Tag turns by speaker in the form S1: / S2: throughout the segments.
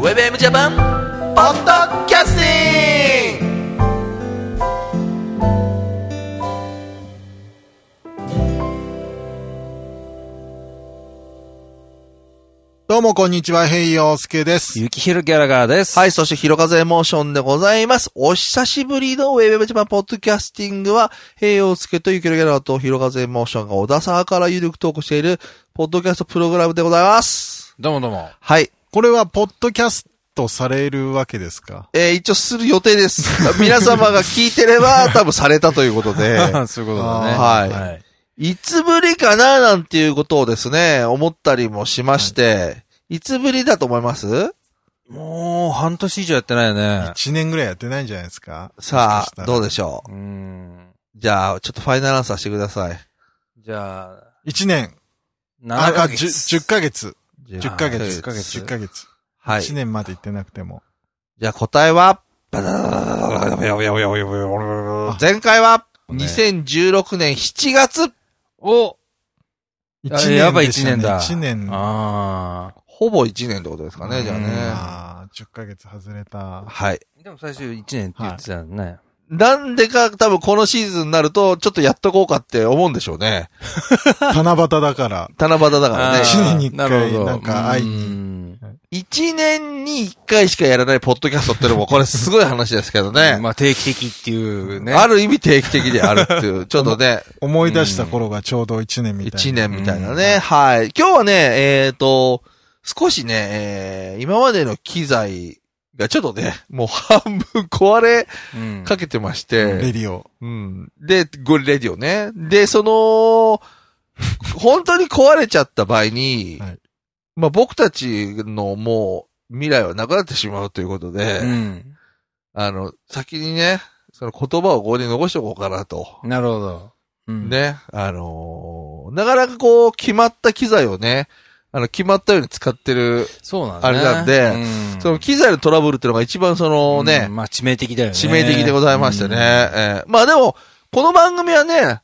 S1: FM ジャパンポッドキャスティング
S2: どうも、こんにちは。ヘイヨースケです。
S3: ゆきひろギャラガーです。
S1: はい、そして、ひろかぜエモーションでございます。お久しぶりの FM ジャパンポッドキャスティングは、平洋介とゆきるギャラとひろかぜエモーションが小田沢からゆるくトークしている、ポッドキャストプログラムでございます。
S3: どうもど うも。
S1: はい。
S2: これは、ポッドキャストされるわけですか
S1: えー一応する予定です。 皆様が聞いてれば、多分されたということで。
S3: そういうこと
S2: だね
S1: はい いつぶりかななんていうことをですね、思ったりもしまして、いつぶりだと思います
S3: もう、半年以上やってないよね。
S2: 一年ぐらいやってないんじゃないですか
S1: さあ、どう
S2: で
S1: でしょう
S3: うーん。
S1: じゃあ、ちょっとファイナルアンサーしてください。
S3: じゃあ、
S2: 一年。あ、
S3: 7
S2: か、
S3: ヶ
S2: 十、
S3: 月。
S2: 十ヶ月。十
S3: 10
S2: ヶ
S1: はい
S2: 月。
S1: 10
S3: ヶ月
S2: 十ヶ月。
S1: はい。
S2: 一年まで行ってなくても。
S1: じゃあ答えは、バダダダ前回は、
S3: ね
S1: 2016年7月、
S3: お
S2: 一
S3: あやばい
S2: でしたね
S3: 一年だ
S2: 一年。あ
S3: あ
S1: ほぼ1年ってことですかね、じゃあね。
S2: あー、十ヶ月外れた。
S1: はい。
S3: ー。でも最初1年って言ってたよね。
S1: なんでか、多分このシーズンになると、ちょっとやっとこうかって思うんでしょうね。
S2: 七夕だから。
S1: 七夕だからね
S3: あー。
S2: 一年に一回
S3: なるほど
S2: なんか会いに
S3: うーん
S1: 一年に一回しかやらないポッドキャストってのも、これすごい話ですけどね。
S3: まあ定期的っていうね。
S1: ある意味定期的であるっていう、ちょっとね、
S2: 思い出した頃がちょうど一年みたい
S1: 一
S2: な。
S1: 年みたいなね。はい。今日はね、えっ、と、少しね、えー今までの機材がちょっとね、もう半分壊れ
S3: うん。
S1: かけてまし
S2: レ
S1: て、
S2: ディオ。
S1: うん。で、ゴリレディオね。で、その、本当に壊れちゃった場合に、
S2: はい
S1: まあ僕たちのもう未来はなくなってしまうということで、
S3: うん。
S1: あの、先にね、その言葉をここに残しておこうかなと。
S3: なるほど。うん。
S1: ね。あのーなかなかこう、決まった機材をね、あの、決まったように使ってる、
S3: そうなん
S1: あれなんで
S3: うん
S1: その機材のトラブルっていうのが一番そのね、
S3: うんまあ致命的だよね。
S1: 致命的でございましたね。えーまあでも、この番組はね、
S3: うん。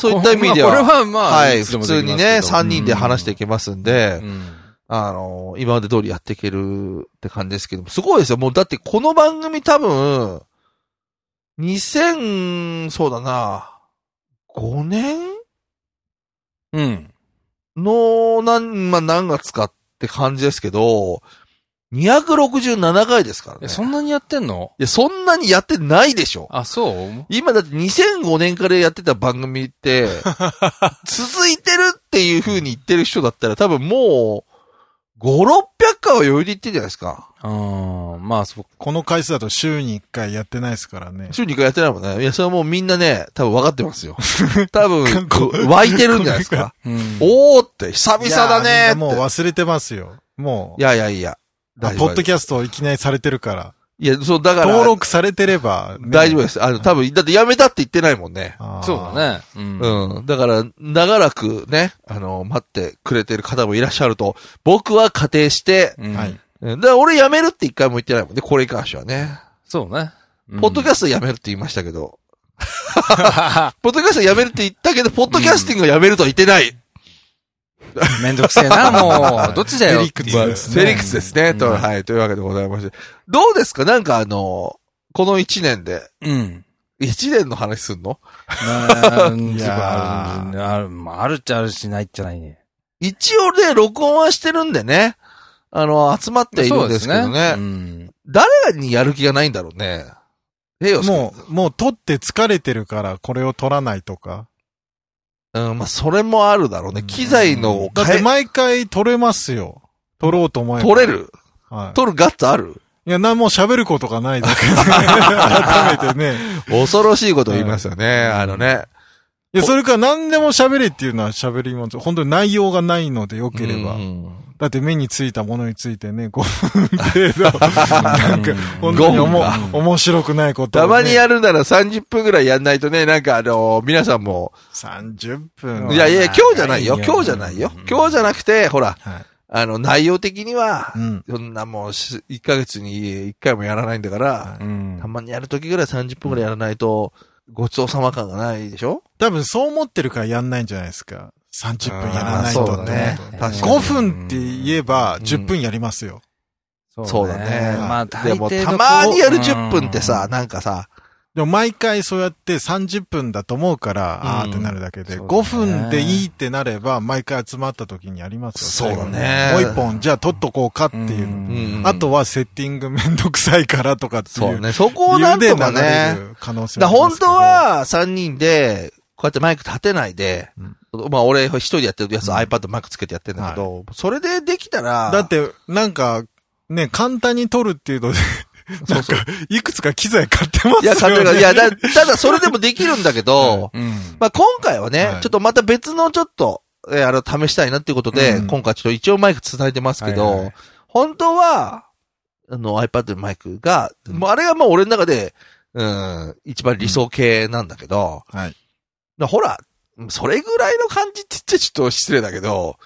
S1: そういった意味では、
S3: これはまあ、
S1: はい、
S3: いつで
S1: 普
S3: もで
S1: 通
S3: きます
S1: に
S3: けど
S1: ね、3人で話していけますんで、
S3: うん。
S1: あのー今まで通りやっていけるって感じですけども、すごいですよ。もうだってこの番組多分、2000、そうだな、5年
S3: うん。
S1: の、なん、まあ、何月かって感じですけど、267回ですからね。
S3: え、そんなにやってんの
S1: いや、そんなにやってないでしょ。
S3: あ、そう
S1: 今だって2005年からやってた番組って、 続いてるっていう風に言ってる人だったら多分もう、5、600回は余裕で言ってるじゃないですか。
S3: ああ、まあ、そう。
S2: この回数だと週に一回やってないですからね。
S1: 週2回やってないもんね。いや、それはもうみんなね、多分分かってます よ。多分
S2: こ、
S1: 湧いてるんじゃないですか。
S3: うん
S1: おーって、久々だ
S2: い
S1: ね
S2: や
S1: ー
S2: ーみんなもう
S1: って。
S2: 忘れてますよ。もう
S1: い。やいやいや。
S2: あ
S1: 大丈
S2: ポ
S1: 夫
S2: ッドキャストをいきなりされてるから。
S1: いや、そう、だから。
S2: 登録されてれば、
S1: 大丈夫
S2: す。
S1: です。あの、多分、だってやめたって言ってないもんね。
S2: あー
S3: そうだね。うん。
S1: うん。だから、長らくね、あの、待ってくれてる方もいらっしゃると、僕は仮定して、
S3: うん
S2: はい。
S1: うんだから俺辞めるって一回も言ってないもんね、これに関してはね。
S3: そうね。
S1: ポッドキ
S3: ャ
S1: ャスト辞めるって言いましたけど、
S3: ス
S1: ポッドキャスト辞めるって言ったけど、ポッドキャスティングを辞めるとは言ってない。
S3: ト。 めんどくせえな、 もう。どっちだよ。
S2: デリクツ
S3: っていう
S2: ですね
S1: フェリックスですね、と、
S3: うん
S1: はい、というわけでございまして。どうですかなんかあの、この一年で、
S3: うん。
S1: 一年の話すんの
S3: なん
S2: い
S3: ていう
S2: や
S3: か
S2: ー
S3: ある、まああるっちゃあるし、ないっちゃないね。
S1: 一応ね、録音はしてるんでね、あの、集まっているんですけどね。
S3: うん。
S1: 誰にやる気がないんだろうね。ええよ、
S2: もう、もう撮って疲れてるから、これを撮らないとか。
S1: う。うん、まあ、それもあるだろうね。機材の
S2: だって
S1: 変え、
S2: 毎回撮れますよ。撮ろうと思えば。
S1: 取れる
S2: は
S1: 取るガッツある
S2: い。いや、なんも喋ることがないだ けで、改めてね。
S1: 恐ろしいこと言いますよね。あのね。
S2: いや、それから何でも喋れっていうのは喋りもん。本当に内容がないので良ければ。
S1: うん
S2: だって目についたものについてね、5分程度。なんか、本当におも
S1: 五
S3: 分か
S2: 面白くないことを
S1: た
S2: ね
S1: まにやるなら30分ぐらいやんないとね、なんかあの、皆さんも、
S2: 30分。
S1: いやいや、今日じゃないよ
S3: い、やいや
S1: 今日じゃないよ
S3: うん。
S1: 今日じゃなくて、ほら、
S2: はい。
S1: あの、内容的には
S2: う、ん。
S1: そんなもうし、1ヶ月に1回もやらないんだから、
S3: うん
S1: たまにやるときぐらい30分ぐらいやらないと、ごちそうさま感がないでしょ
S2: 多分そう思ってるからやんないんじゃないですか。30分やらないと
S1: あー
S2: っ
S1: そう
S2: て
S1: だ
S2: こ
S1: ね
S2: と
S1: 確
S2: ね。
S1: かに
S2: 5分って言えば
S1: うん
S2: 10分やりますよ。
S1: そうだね。
S3: まあ、
S1: で
S3: 大抵
S1: も、
S3: どこ
S1: たまにやる10分ってさ、、なんかさ、
S2: でも毎回そうやって30分だと思うから、あーってなるだけで、
S3: そうだね
S2: 5分でいいってなれば、毎回集まった時にやりますよ
S1: そうだね
S2: 最後にもう一本、じゃあ取っとこうかっていう。
S3: うん
S1: うん
S2: あとはセッティングめんどくさいからとかってい
S1: そう
S2: う。
S1: ね、そこをなん
S2: 理由
S1: と
S2: で
S1: か
S2: 流れ
S1: ね、
S2: る可能性
S1: だ
S2: も
S1: から
S2: ありま
S1: 本
S2: すけ
S1: 当
S2: ど、
S1: は3人で、こうやってマイク立てないで、
S2: うん
S1: まあ俺一人でやってるやつ、
S2: うん
S1: iPad マイクつけてやってんだけど、それでできたら、
S2: だって、なんか、ね、簡単に取るっていうと、
S1: そうそう、
S2: いくつか機材買ってますよ、ね。
S1: いや、勝手が、いや、だ、ただそれでもできるんだけど、
S3: うん。
S1: まあ今回はね、
S2: はい
S1: ちょっとまた別のちょっと、えーあれを試したいなっていうことで、
S2: うん
S1: 今回ちょっと一応マイク繋いでますけど、
S3: はいはい
S1: 本当は、あの iPad のマイクが、
S2: うん
S1: もうあれがもう俺の中で、うん、一番理想系なんだけど、
S2: はい。
S1: だほら、それぐらいの感じって言ってちょっと失礼だけど、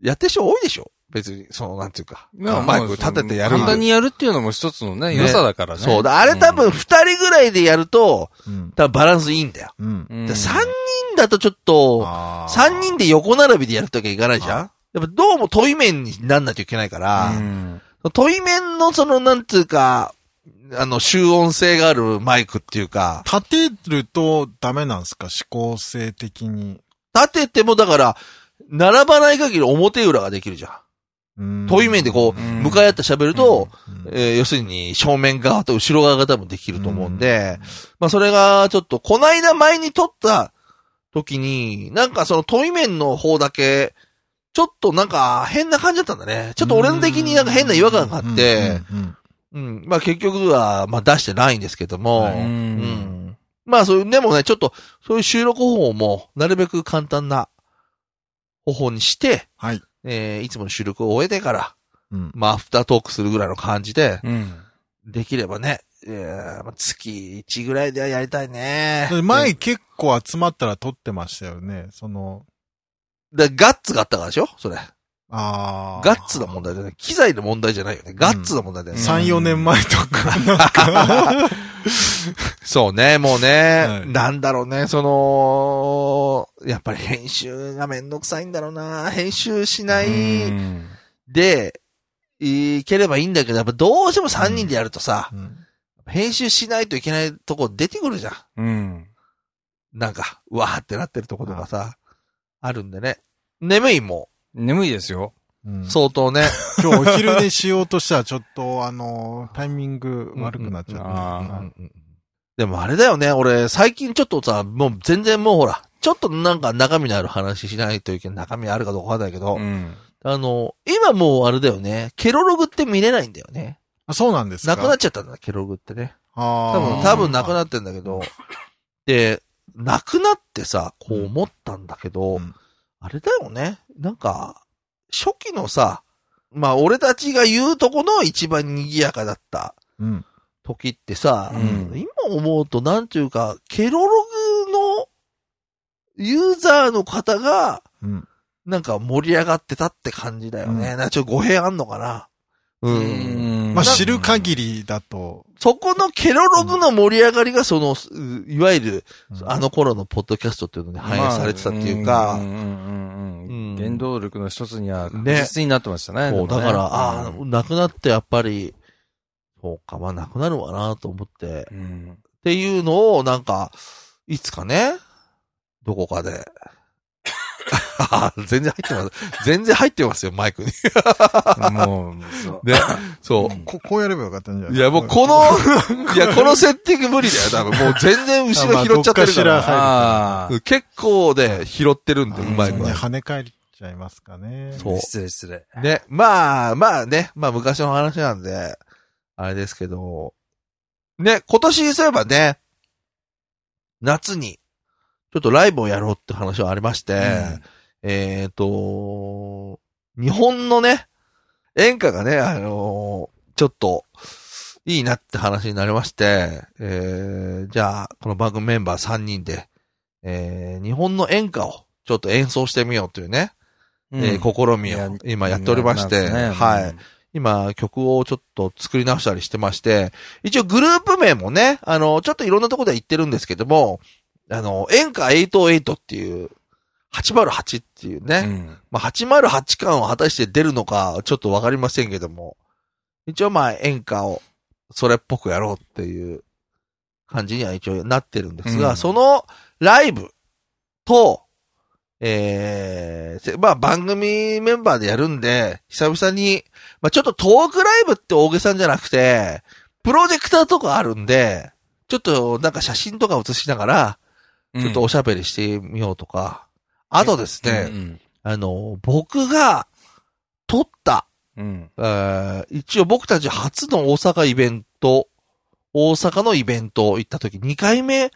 S1: やってる人多いでしょ別に、その、なんていうか。
S3: まあ
S1: マイク立ててやる。
S3: 簡単にやるっていうのも一つのね、
S1: ね
S3: 良さだからね。
S1: そうだ、あれ多分二人ぐらいでやると、
S2: うん。
S1: 多分バランスいいんだよ。
S2: うん。
S3: うん、
S1: で三人だとちょっと、
S2: あー
S1: 三人で横並びでやるときはいかないじゃんやっぱどうも対面になんなきゃいけないから、
S3: うん
S1: 対面のその、なんていうか、あの、集音性があるマイクっていうか、
S2: 立てるとダメなんですか指向性的に。
S1: 立ててもだから、並ばない限り表裏ができるじゃん。
S2: 遠
S1: 遠い面でこう、
S3: うん
S1: 向かい合って喋ると、
S2: うん、
S1: えー要するに正面側と後ろ側が多分できると思うんで、まあそれがちょっと、こないだ前に撮った時に、なんかその遠い面の方だけ、ちょっとなんか変な感じだったんだね。ちょっと俺の的になんか変な違和感があって、
S2: うん、うん
S1: うん、まあ結局は、まあ出してないんですけども、
S2: は
S3: う。
S2: い
S1: うんん。まあそういう、でもね、ちょっと、そういう収録方法も、なるべく簡単な方法にして、
S2: はい。
S1: えーいつもの収録を終えてから、
S2: うん
S1: まあ、アフタートークするぐらいの感じで、
S3: うん。
S1: できればね、えーまあ月1ぐらいではやりたいね。
S2: で前結構集まったら撮ってましたよね。その、
S1: でガッツがあったからでしょそれ。
S2: ああ。
S1: ガッツの問題じゃない。機材の問題じゃないよね。ガッツの問題だよね。
S2: 3、4年前とか、なんか、
S1: そうね、もうね、
S2: はい
S1: なんだろうね、その、やっぱり編集がめんどくさいんだろうな。編集しな
S3: う
S1: い
S3: ん
S1: で、いければいいんだけど、やっぱどうしても3人でやるとさ、
S2: うん
S1: 編集しないといけないとこ出てくるじゃん。
S3: うん。
S1: なんか、うわーってなってるとことかさ、あるんでね。眠いも
S3: 眠いですよ。
S2: うん
S1: ん、相当ね。
S2: 今日お昼にしようとしたら、ちょっと、あの、タイミング悪くなっちゃった。
S3: うんあー
S2: はい
S1: でもあれだよね、俺、最近ちょっとさ、もう全然もうほら、ちょっとなんか中身のある話しないといけない、中身あるかどうかわかんないけど、
S3: うん。
S1: あの、今もうあれだよね、ケロログって見れないんだよね。
S2: あそうなんですか
S1: なくなっちゃったんだ、ケロログってね。
S2: あ
S1: 多
S2: ー
S1: 分、多分なくなってんだけど、で、なくなってさ、こう思ったんだけど、
S2: うん
S1: あれだよね、なんか、初期のさ、まあ俺たちが言うとこの一番賑やかだった
S2: うん。
S1: 時ってさ、
S3: うん
S1: 今思うとなんていうか、ケロログのユーザーの方が、
S2: うん。
S1: なんか盛り上がってたって感じだよね。な
S2: う
S1: んかちょっと語弊あんのかな。うん。
S2: まあ、知る限りだと、
S1: そこのケロログの盛り上がりがその、ういわゆる、
S2: うん
S1: あの頃のポッドキャストっていうのに反映されてたっていうか、
S3: まあうんうんうんう
S1: う
S3: ん
S1: ん
S3: 原動力の一つには確
S1: ね
S3: 実になってましたね。
S1: そう、
S3: でも
S1: だか
S3: ね
S1: ら、ああ、
S3: うん
S1: なくなってやっぱり、そうか、まあなくなるわなと思って、っ
S3: うん
S1: ていうのを、なんか、いつかね、どこかで。 全然入ってます。全然入ってますよ、マイクに。
S3: もう、 そう
S1: ね、そ。
S2: ここうやればよかったんじゃないう
S1: いや、もうこの、いや、このセッティング無理だよ、多分。もう全然後ろ拾っちゃってるか
S2: まあどっかし
S1: ら。
S2: ら
S3: ああ、
S1: 結構ね、拾ってるんで、う
S3: うん
S1: まい
S2: そ
S1: 具
S2: うね
S1: 合
S2: 跳ね返っちゃいますかね。
S1: そう
S3: 失礼失礼。
S1: ね、まあ、まあね、まあ昔の話なんで、あれですけど、ね、今年そういえばね、夏に、ちょっとライブをやろうって話はありまして、えっ、と、日本のね、演歌がね、あのーちょっと、いいなって話になりまして、えー、じゃあ、この番組メンバー3人で、えー、日本の演歌をちょっと演奏してみようというね、
S3: うん
S1: えー試み
S3: いや
S1: を今やっておりまして、
S3: ななんですね
S1: はい。今曲をちょっと作り直したりしてまして、一応グループ名もね、あの、ちょっといろんなところでは言ってるんですけども、あの、演歌808っていう、808っていうね、
S3: うん
S1: まあ、808感は果たして出るのか、ちょっとわかりませんけども、一応まあ演歌をそれっぽくやろうっていう感じには一応なってるんですが、
S2: うん
S1: そのライブと、えーせ、まあ番組メンバーでやるんで、久々に、まあちょっとトークライブって大げさんじゃなくて、プロジェクターとかあるんで、ちょっとなんか写真とか写しながら、ちょっとおしゃべりしてみようとか、あとですね、
S3: うん
S1: あの、僕が撮った、
S2: うん。
S1: えー一応僕たち初の大阪イベント、大阪のイベント行った時、2回目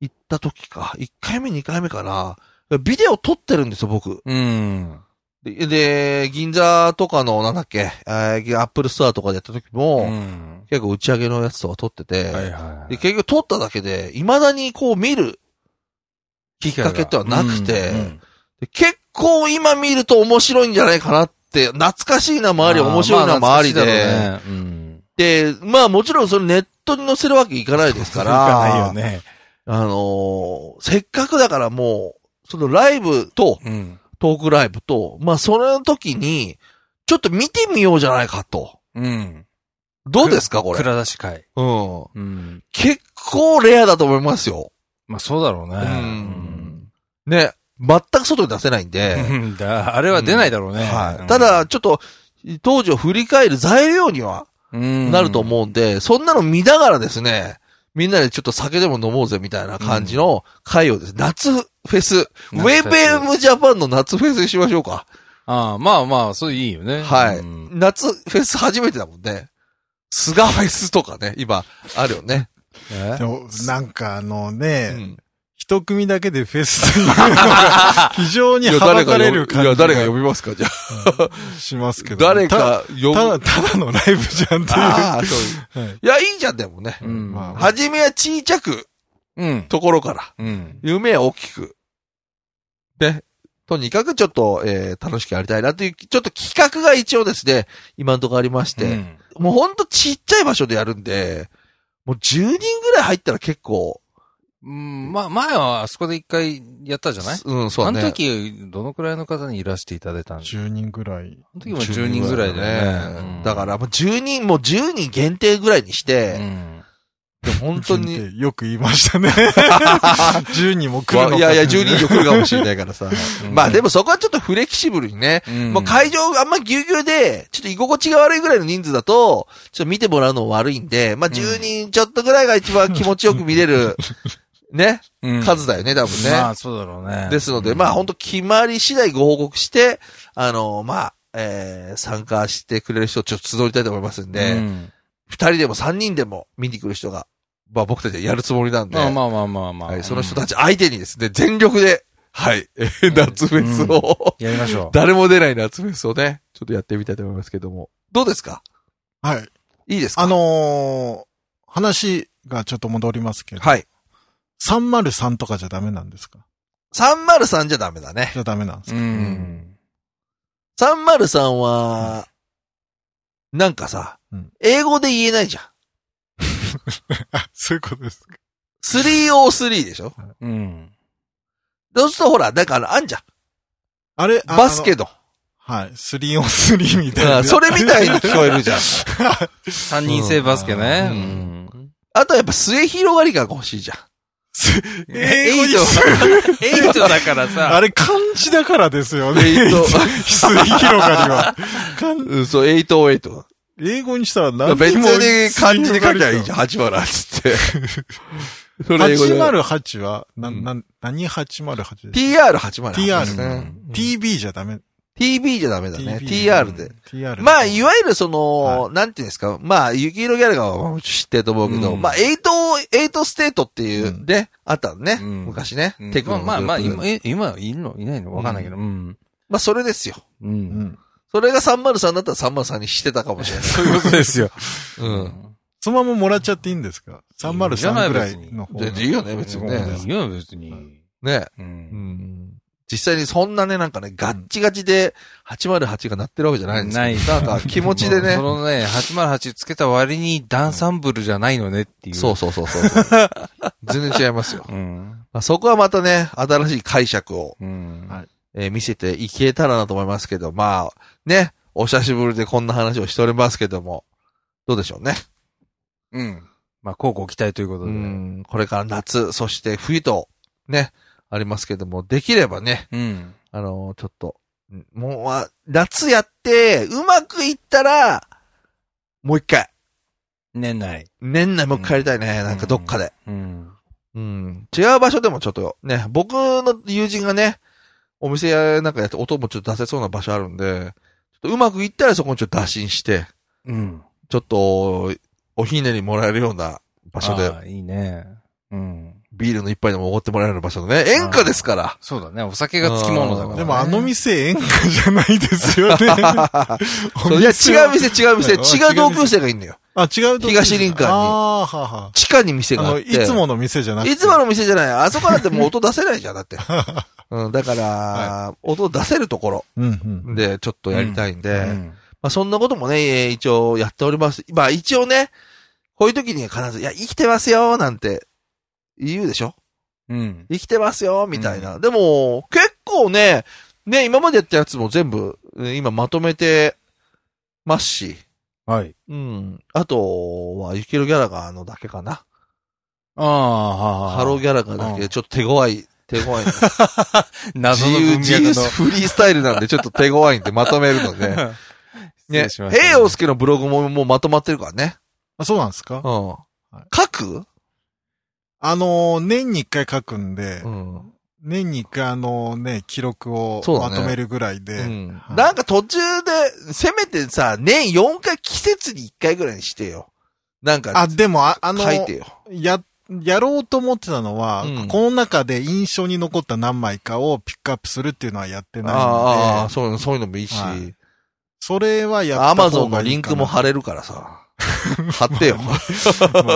S1: 行った時か、1回目2回目かな、ビデオ撮ってるんですよ、僕。
S2: うん。
S1: で、で銀座とかの、なんだっけ、えーアップルストアとかでやった時も、
S2: うん。
S1: 結構打ち上げのやつとか撮ってて、
S2: はいは
S1: で
S2: い。
S1: 結局撮っただけで、未だにこう見るきっかけってはなくて、
S2: うん
S1: で結構今見ると面白いんじゃないかなって、懐かしいな周り、面白いな周りで、
S3: まあ懐かしいだろうねうん
S1: で、まあもちろんそれネットに載せるわけいかないですから、
S2: 行かないよね。
S1: あのーせっかくだからもう、そのライブと、
S2: うん。
S1: トークライブと、まあその時に、ちょっと見てみようじゃないかと。
S2: うん。
S1: どうですかこれ。
S3: 蔵出し会。
S1: うん。
S3: うん。
S1: 結構レアだと思いますよ。
S3: まあそうだろうね。
S1: うんね。全く外に出せないん で。
S3: うんだあれは出ないだろうね。
S1: はい。ただ、ちょっと、当時を振り返る材料には
S3: うん、
S1: なると思うんで、そんなの見ながらですね、みんなでちょっと酒でも飲もうぜみたいな感じの会をです、夏フェス、ウ
S3: 夏フ
S1: ェ
S3: ェス
S1: ブエムジャパンの夏フェスにしましょうか。
S3: ああ、まあまあ、そういいよね。
S1: はい。
S3: うん
S1: 夏フェス初めてだもんね。菅フェスとかね、今、あるよね。
S3: え
S2: でも、なんかあの
S1: う
S2: ね、
S1: ん。
S2: 一組だけでフェスというの が非常にはばかれる
S1: い
S2: 感
S1: や、
S2: じ
S1: 誰が
S2: が
S1: 呼びますか、じゃあ。
S2: しますけど。
S1: 誰か呼ぶ。
S2: た。ただ、ただのライブじゃんっ ていう。
S1: ああ、そう。
S2: はい
S1: いや、いいじゃん、でもね。
S3: うん
S2: まあ
S1: 初めは小さく、
S3: うん。
S1: ところから。
S3: うん。
S1: 夢は大きく。で、とにかくちょっと、えー楽しくやりたいなという、ちょっと企画が一応ですね、今のところありまして、
S3: うん
S1: もうほんとちっちゃい場所でやるんで、もう10人ぐらい入ったら結構、
S3: うん。まあ、前はあそこで一回やったじゃない
S1: うん、そうだね。
S3: あの時、どのくらいの方にいらしていただいたんですか
S2: 10人ぐらい。
S3: あの時も10人ぐらいだよね。うん
S1: だか、らもう10人、もう10人限定ぐらいにし
S3: う
S1: て、
S3: ん。
S1: で本当に、
S2: に。よく言いました ね。10人も来るのか
S1: わいやいや、10人以上来るかもしれないから さ。まあでもそこはちょっとフレキシブルにね、
S3: うん、
S1: もう会場があんまぎゅうぎゅうで、ちょっと居心地が悪いぐらいの人数だと、ちょっと見てもらうのも悪いんで、まあ
S3: うん
S1: 10人ちょっとぐらいが一番気持ちよく見れ る、ね、
S3: うん
S1: 数だよね、多分ね。
S3: まあ、そうだろうね。
S1: ですので、まあ
S3: ほん
S1: 本当決まり次第ご報告して、あの、まあ、えー、参加してくれる人をちょっと集いたいと思いますん
S3: う
S1: で、
S3: ん
S1: 二、人でも三人でも見に来る人が、まあ僕たちはやるつもりなんで、
S3: まあまあまあまあまあ。
S1: はい、その人
S3: ち。
S1: たち相手にですね、全力で、はい、えー 夏フェスを、
S3: やりましょ
S1: 誰も出ない夏フェスをね、ちょっとやってみたいと思いますけども。どうですか
S2: はい。
S1: いいですか
S2: あのー話がちょっと戻りますけど、
S1: はい。
S2: 303とかじゃダメなんですか
S1: 303じゃダメだね。
S2: じゃダメなんです
S3: う。
S2: か、
S3: うん。
S1: 303は、なんかさ、
S2: うん
S1: 英語で言えないじゃん。
S2: あ、そういうことですか。
S1: 303でしょ
S3: うん。
S1: そうするとほら、なんかあの、あんじゃん。
S2: あれ
S1: バスケ。の。
S2: あのはい。3 on 3みたい
S1: うん
S2: な。
S1: それみた いに聞こえるじゃん。
S3: 三人制バスケね。
S1: う
S3: うんん。
S1: あとはやっぱ末広がり感が欲しいじゃん。
S2: 英語
S1: エイ
S2: に
S1: ト
S2: す
S3: エイトだから さ。
S2: あれ漢字だからですよね。
S1: エイ ト
S2: 水広がりは。漢
S1: うん、そう、808。
S2: 英語にしたら何にも
S1: 別に漢字で書きゃいいじ
S2: ゃ
S1: ゃん。8原っつ って。それ英語で。
S2: 808は、な、
S1: うん
S2: な、何808です
S1: TR808。
S2: TR
S1: ですね。
S2: ?TB じゃダメ。
S1: TB じゃダメだね。
S2: TB
S1: TR で。。
S2: TR で。
S1: まあ、いわゆるその、なんていうんですか、まあ、雪色ギャルガーは知ってると思うけど、
S3: うん
S1: まあ、エイト、エイトステートっていうね、あったのね、
S3: うん
S1: 昔ね
S3: うん。
S1: テクノの
S3: まあまあ、
S1: グループ
S3: 今、え今、いるのいないのわかんないけど。うん。
S1: まあ、それですよ。
S3: う。
S2: うんん。
S1: それが303だったら303にしてたかもしれない。
S3: そういうことですよ。
S1: うん。
S2: そのままもらっちゃっていいんですか
S3: いいんじゃな
S2: ?303
S3: い
S2: ぐら
S3: 別
S2: い
S3: に
S2: の方が
S1: で、いいよね、別にね。
S3: いや、別に。
S1: ね。
S3: う。
S1: うんん。実際にそんなね、なんかね、ガッチガチで808が鳴ってるわけじゃないんです
S3: ない
S1: けど、なんか気持ちでね
S3: そ。のね、808つけた割にダンサンブルじゃないのねっていう。
S1: そうそうそうそう。 全然違いますよ。
S3: うん。
S1: まあ、そこはまたね、新しい解釈を
S3: うん。
S2: はい
S1: えー見せていけたらなと思いますけど、まあ、ね、お久しぶりでこんな話をしておりますけども、どうでしょうね。
S3: うん。まあ、こうご期待ということ
S1: う
S3: で。
S1: ん、これから夏、そして冬と、ね、ありますけども、できればね、
S3: うん。
S1: あのちょっと、うんもうあ、夏やって、うまくいったら、もう一回、
S3: 年内。
S1: 年内もう一回やりたいね、なんかどっかで。
S3: うん。
S1: うん。違う場所でもちょっとね、僕の友人がね、お店やなんかやって音もちょっと出せそうな場所あるんで、ちょっとうまくいったらそこにちょっと打診して、
S3: うん。
S1: ちょっとおひねりもらえるような場所で、
S3: ああ。いいね。うん。
S1: ビールの一杯でもおごってもらえるような場所でね、演歌ですから。
S3: そうだね。お酒がつきものだから、ね。
S2: でもあの店演歌じゃないですよね。
S1: そういや、違う店、違う店、
S2: あ
S1: 違
S2: 違
S1: う
S2: う
S1: 同級生がいいんだよ。
S2: あ、違うとこ
S1: 東林間に
S2: ああ、はは。
S1: 地下に店
S2: あ
S1: があっ
S2: の、
S1: て。
S2: いつもの店じゃなくて。
S1: いつもの店じゃない。あそこだってもう音出せないじゃん、だって。うん、だから、音出せるとこ
S2: うんう
S1: ろ
S2: ん。
S1: でちょっとやりたいんで、
S3: うん
S1: まあそんなこともね、えー一応やっております。まあ一応ね、こういう時には必ず、いや、生きてますよなんて言うでしょ
S3: うん。
S1: 生きてますよみたいな。でも、結構ね、ね、今までやったやつも全部、え今まとめてますし、
S3: はい。
S1: うん。あとは、ゆきるギャラガーのだけかな。
S3: ああ、はあ。
S1: ハローギャラガーだ
S3: う
S1: け、
S3: ん
S1: ちょっと手強い、手強 いな。
S3: 謎の
S1: 自由、
S3: 文
S1: 自由
S3: 脈の。
S1: フリースタイルなんで、ちょっと手強いんでまとめるの で。ね、
S3: 失礼しました
S1: ヘイオスケのブログももうまとまってるからね。
S2: あ、そうなんですか
S1: うん。書く
S2: あのー、年に一回書くんで
S1: う、ん。
S2: 年に一回あのね、記録を
S1: そうだ
S2: ま
S1: ね
S2: とめるぐらいで。
S1: うん
S2: はい
S1: なんか途中で、せめてさ、年4回、季節に1回ぐらいにしてよ。なんか、
S2: あ、でも、ああの、
S1: 書いてよ。
S2: や、やろうと思ってたのは、
S1: うん
S2: この中で印象に残った何枚かをピックアップするっていうのはやって
S1: あああ
S2: ない
S1: あ、
S2: ので、
S1: そういうの、そういうのもいいし。
S2: はいそれはや
S1: ア
S2: った
S1: マゾ
S2: 方
S1: ンの
S2: がい
S1: リ
S2: い
S1: ン
S2: か
S1: ク
S2: な
S1: も貼れるから さ。貼ってよ。
S2: ま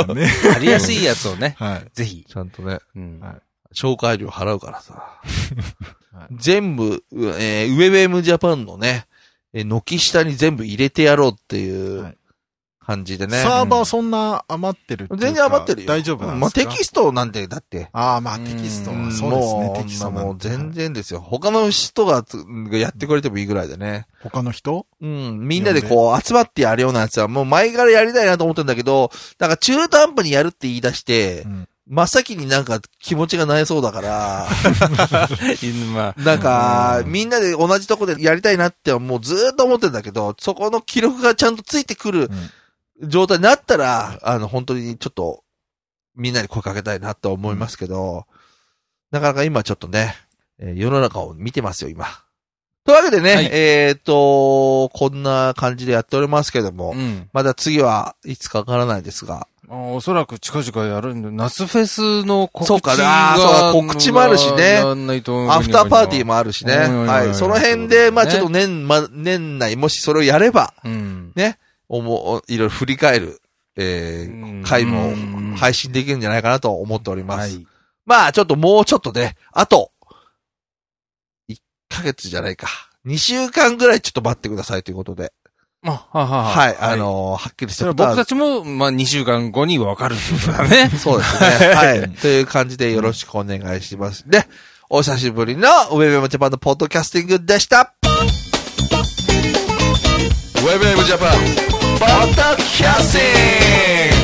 S2: あね。
S3: 貼りやすいやつを ね、
S2: はい。
S3: ぜひ。
S1: ちゃんとね、
S3: うん
S2: はい
S1: 紹介料払うから さ。
S2: はい
S1: 全部、うえーウェブエムジャパンのね、えー軒下に全部入れてやろうってい
S2: は
S1: う
S2: い
S1: 感じでね。
S2: サーバーそんな余ってるっていうか
S1: 全然余ってるよ。
S2: 大丈夫なんですか、
S1: まあ、テキストなんて、だって。
S2: ああ、まあテキスト
S3: う
S2: は
S3: ん
S2: そうですね
S1: も。
S2: テキストなんて
S1: もう全然ですよ。他の人がつがやってくれてもいいぐらいでね。
S2: 他の人
S1: うん。みんなでこう集まってやるようなやつはもう前からやりたいなと思ってんだけど、だから中途半端にやるって言い出して、
S2: うん
S1: 真っ先になんか気持ちがないそうだから、
S3: まあ、
S1: なんか、
S2: うん
S1: みんなで同じとこでやりたいなってもうずーっと思ってんだけど、そこの記録がちゃんとついてくる状態になったら、あの、本当にちょっと、みんなに声かけたいなと思いますけど、なかなか今ちょっとね、えー世の中を見てますよ、今。というわけでね、
S3: はい
S1: えっ、と、こんな感じでやっておりますけども、
S3: うん。
S1: まだ次はいつかわからないですが。
S3: まあおそらく近々やるんで、夏フェスの告知が。
S1: そうかあーそうか告知もあるしね
S3: なんないと思う
S1: アフターパーティーもあるしね。
S3: うんうんうんうん
S1: はい。その辺で、まあ
S3: ね
S1: ちょっと年、ま、年内、もしそれをやれば、
S3: うん。
S1: おも、おいろいろ振り返る、えー
S3: うん
S1: 回も
S3: うん
S1: 配信できるんじゃないかなと思っております。
S3: はい。
S1: まあ、ちょっともうちょっとね、あと、1ヶ月じゃないか。2週間ぐらいちょっと待ってくださいということで。
S3: まあ、はは
S1: はい、あ、のーはっきりして。
S3: それは僕たちも、まあ、2週間後に分かるってことだね
S1: そうです ね。はい。という感じでよろしくお願いします。で、お久しぶりのウェブエムジャパンのポッドキャスティングでした。ウェブエムジャパン、ポッドキャスティング